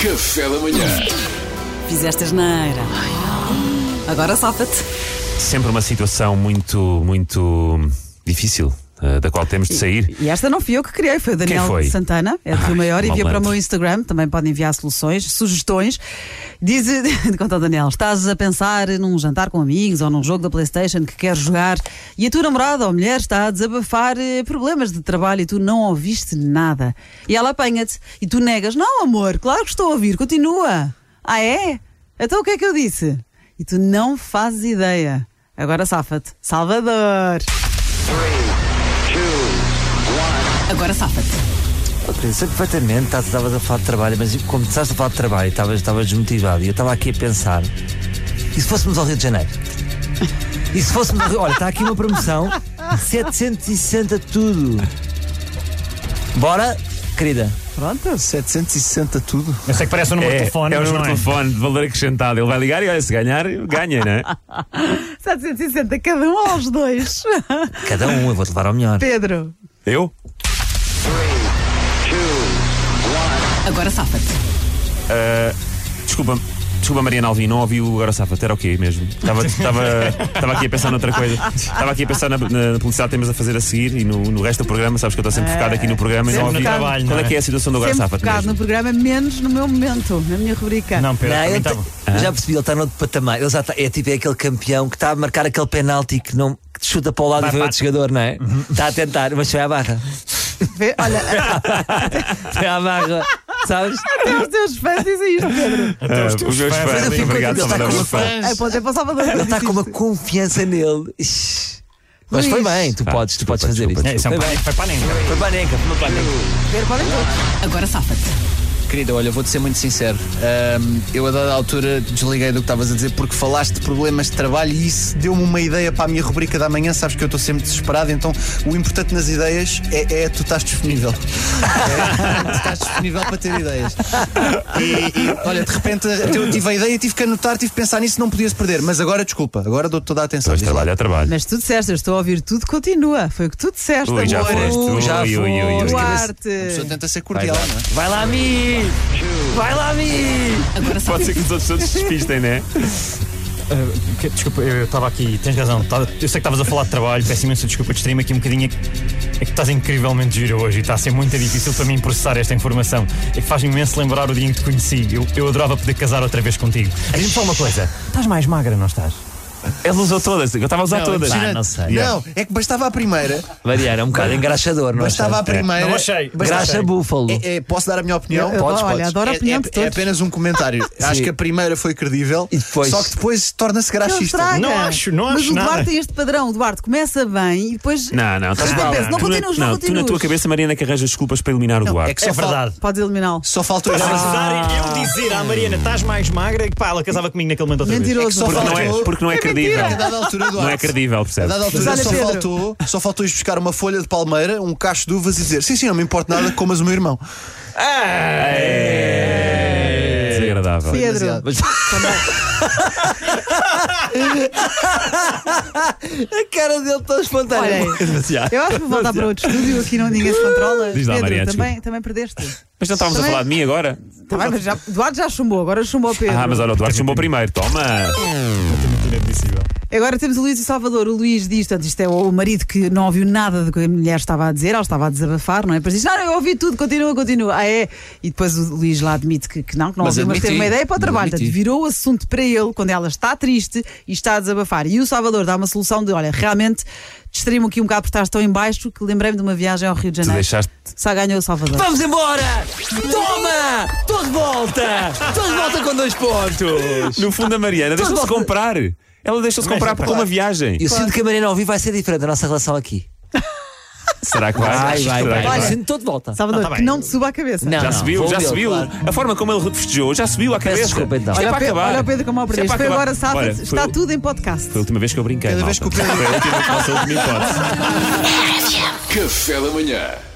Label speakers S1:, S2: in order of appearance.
S1: Café da manhã.
S2: Fizeste asneira. Agora safa-te.
S3: Sempre uma situação muito, muito difícil, eh, da qual temos de sair.
S2: E esta não fui eu que criei, foi o Daniel
S3: Quem foi?
S2: Santana, é do
S3: Ai,
S2: Rio Maior, envia para o
S3: malandro.
S2: meu Instagram, também pode enviar soluções, sugestões. Diz, conta ao Daniel, estás a pensar num jantar com amigos ou num jogo da Playstation que queres jogar e a tua namorada ou mulher está a desabafar eh, problemas de trabalho e tu não ouviste nada. E ela apanha-te e tu negas, não amor, claro que estou a ouvir, continua. Ah é? Então o que é que eu disse? E tu não fazes ideia. Agora safa-te. Salvador! Agora safa-te.
S4: Pensei perfeitamente, tá, tu estavas a falar de trabalho, mas como tu estás a falar de trabalho, estavas estavas desmotivado e eu estava aqui a pensar: e se fôssemos ao Rio de Janeiro? E se fôssemos ao Rio. Olha, está aqui uma promoção: 760 tudo. Bora, querida.
S5: Pronto, 760 tudo.
S6: Eu sei que parece o número de telefone,
S3: é o
S6: mas
S3: número
S6: não
S3: de
S6: é.
S3: telefone de valor acrescentado. Ele vai ligar e olha, se ganhar, ganha, não é?
S2: 760 cada um aos dois.
S4: Cada um, eu vou te levar ao melhor.
S2: Pedro.
S3: Eu?
S2: Agora safa-te.
S3: Desculpa, desculpa Mariana Alvim, não ouvi o Agora Safa, era o quê mesmo? Estava, estava, estava aqui a pensar noutra coisa. Estava aqui a pensar na, na publicidade que temos a fazer a seguir e no, no resto do programa. Sabes que eu estou sempre focado aqui no programa e
S6: É, Sempre
S3: não ouvi.
S6: no trabalho,
S3: Qual é
S6: não é?
S3: que é a situação do Agora
S2: Sempre
S3: Safa?
S2: focado no programa, menos no meu momento, na minha rubrica.
S6: Não, Pedro,
S4: Não,
S6: também
S4: eu
S6: tá
S4: te-
S6: bom.
S4: já percebi, ele está noutro patamar. Ele já tá- é tipo é aquele campeão que está a marcar aquele penalti que não que te chuta para o lado
S6: Vai,
S4: e foi
S6: vai. Uhum.
S4: outro jogador, não é? Está a tentar, mas foi à barra.
S2: Vê, olha,
S4: Foi à barra, sabes?
S2: até os teus fãs dizem isto, Pedro.
S3: Até Eh, os teus fãs.
S6: fãs.
S4: Mas eu fico
S3: Obrigado,
S4: contente,
S3: Salvador.
S4: ele
S3: muito
S4: está com
S3: fã.
S2: É, pode ser para o Salvador.
S4: Ele está
S2: diz
S4: com uma
S2: isto.
S4: confiança nele. Ixi. Mas
S2: Luís.
S4: foi bem, tu
S3: Ah,
S4: podes, tu
S3: desculpa,
S4: podes fazer
S3: desculpa,
S6: É,
S4: isso.
S6: isso é um
S4: Foi bem.
S6: pânico, foi pânico.
S4: Foi panenca, foi uma panenca.
S2: Pedro, podem todos. Agora safa-te.
S7: Querida, olha, vou-te ser muito sincero. Ahm, eu, a dada altura, desliguei do que estavas a dizer porque falaste de problemas de trabalho e isso deu-me uma ideia para a minha rubrica da manhã. Sabes que eu estou sempre desesperado, então o importante nas ideias é, é tu estás disponível. É, tu estás disponível para ter ideias. E, e, olha, de repente eu tive a ideia, tive que anotar, tive que pensar nisso, não podia-se perder. Mas agora, desculpa, agora dou-te toda a atenção.
S3: Pois,
S7: Diz lá.
S3: trabalho, é trabalho.
S2: Mas tu disseste, eu estou a ouvir tudo, continua. Foi o que tu disseste,
S3: Ui, já
S2: amor.
S3: foste. Ui,
S4: já
S3: ui, ui, ui, ui.
S7: A pessoa
S2: Duarte.
S7: tenta ser cordial,
S3: Vai
S7: não é?
S4: Vai lá, Mi! Vai lá, Mi!
S2: Agora
S3: Pode
S2: safa-te.
S3: ser que os outros todos se despistem, não é?
S6: Ah, que- Desculpa, eu estava aqui, tens razão. Tava- Eu sei que estavas a falar de trabalho, peço imensa desculpa, distraí-me aqui um bocadinho. É que é que estás incrivelmente giro hoje e está a ser muito difícil para mim processar esta informação. É que faz-me imenso lembrar o dia em que te conheci. Eu, eu adorava poder casar outra vez contigo. Diz-me só uma coisa: estás mais magra, não estás?
S3: Ele usou todas, eu estava a usar todas.
S7: imagina-
S4: Ah, não sei.
S7: Não, é que bastava a primeira.
S4: Mariana, é um bocado engraxador, não
S7: Bastava a
S4: achaste?
S7: primeira.
S6: Não achei.
S7: bastava-
S4: Graxa búfalo.
S7: É, é, posso dar a minha opinião?
S2: Eu- eu- Podes, olha, podes. adoro a
S7: É-
S2: opinião
S7: é,
S2: de todos.
S7: É apenas um comentário. Acho que a primeira foi credível,
S4: E depois-
S7: só que depois torna-se
S2: Ele
S7: graxista.
S2: estraga.
S6: Não acho, não
S2: Mas
S6: acho
S2: o Duarte
S6: nada.
S2: tem este padrão. O Duarte começa bem e depois.
S3: Não, não, estás
S2: Mas
S3: mal.
S2: pensa, não
S3: tu,
S2: continuas, não
S3: na, tu na
S2: continuas.
S3: tua cabeça, Mariana, que arranjas desculpas para eliminar o Duarte.
S7: é que só
S6: é
S7: fal-
S6: verdade.
S2: Podes eliminou.
S7: Só faltou.
S3: Ah.
S6: Precisarem eu dizer à Mariana, estás mais magra, e pá, ela casava comigo naquele momento outra vez.
S2: Mentiroso.
S7: É que só
S3: Porque não
S7: faltou-
S3: é, porque não é,
S2: É
S3: credível.
S7: A dada altura, Eduardo,
S3: Não é credível,
S7: A
S3: percebes?
S7: dada altura
S2: Mas olha,
S7: só,
S2: Pedro.
S7: faltou, só faltou ir buscar uma folha de palmeira, um cacho de uvas e dizer: Sim, sim, não me importa nada, comas o meu irmão.
S3: É desagradável.
S2: Pedro.
S7: demasiado.
S4: Mas- a cara dele está
S2: Olha aí.
S4: espontânea.
S2: Eu acho que vou voltar para outro estúdio, aqui não ninguém se controla.
S3: Diz lá,
S2: Pedro,
S3: Maria,
S2: também, também perdeste.
S3: Mas não estávamos a
S2: Também-
S3: falar de mim agora?
S2: Tá bem, mas já, Eduardo já chumbou, agora chumbou Pedro.
S3: Ah, mas olha, o Duarte chumbou primeiro. Toma!
S6: Inadmissível.
S2: Agora temos o Luís e Salvador. O Luís diz, portanto, isto é o marido que não ouviu nada do que a mulher estava a dizer, ela estava a desabafar, não é? Depois diz, não, eu ouvi tudo, continua, continua. Ah, é? E depois o Luís lá admite que, que não, que não
S7: Mas
S2: ouviu, mas teve
S7: admiti,
S2: uma ideia para o
S7: mas
S2: trabalho. Portanto,
S7: admiti.
S2: virou o assunto para ele quando ela está triste e está a desabafar. E o Salvador dá uma solução de, olha, realmente distraí-me aqui um bocado porque estás tão em baixo que lembrei-me de uma viagem ao Rio de
S3: Tu
S2: Janeiro.
S3: deixaste.
S2: Só ganhou o Salvador.
S4: Vamos embora! Toma! Estou de volta! Estou de volta com dois pontos!
S3: No fundo, a Mariana deixou-se
S4: Duarte-
S3: comprar. Ela deixou-se comprar por uma viagem.
S4: Eu sinto que a Mariana ao vivo vai ser diferente da nossa relação aqui.
S3: Será que vai? Será que
S4: vai.
S3: vai?
S4: Sinto todo de volta.
S2: Salvador,
S6: Ah, tá
S2: que
S6: bem.
S2: não te suba a cabeça.
S4: Não.
S3: Já subiu,
S4: vou
S3: já
S4: ver,
S3: subiu.
S4: claro.
S3: A forma como ele festejou, já subiu à cabeça.
S4: desculpa, então.
S3: Isto é
S2: Olha, o
S3: para
S2: Pedro,
S3: acabar.
S2: olha o Pedro como ao
S3: Isto é
S2: preço.
S3: para
S2: Foi
S3: acabar.
S2: agora, safa
S3: Olha,
S2: está
S3: foi-
S2: tudo em podcast.
S3: Foi a última vez que eu brinquei.
S7: Cada vez
S3: malta.
S7: que o Pedro-
S3: Foi a última, foi a última hipótese.
S1: Café da manhã.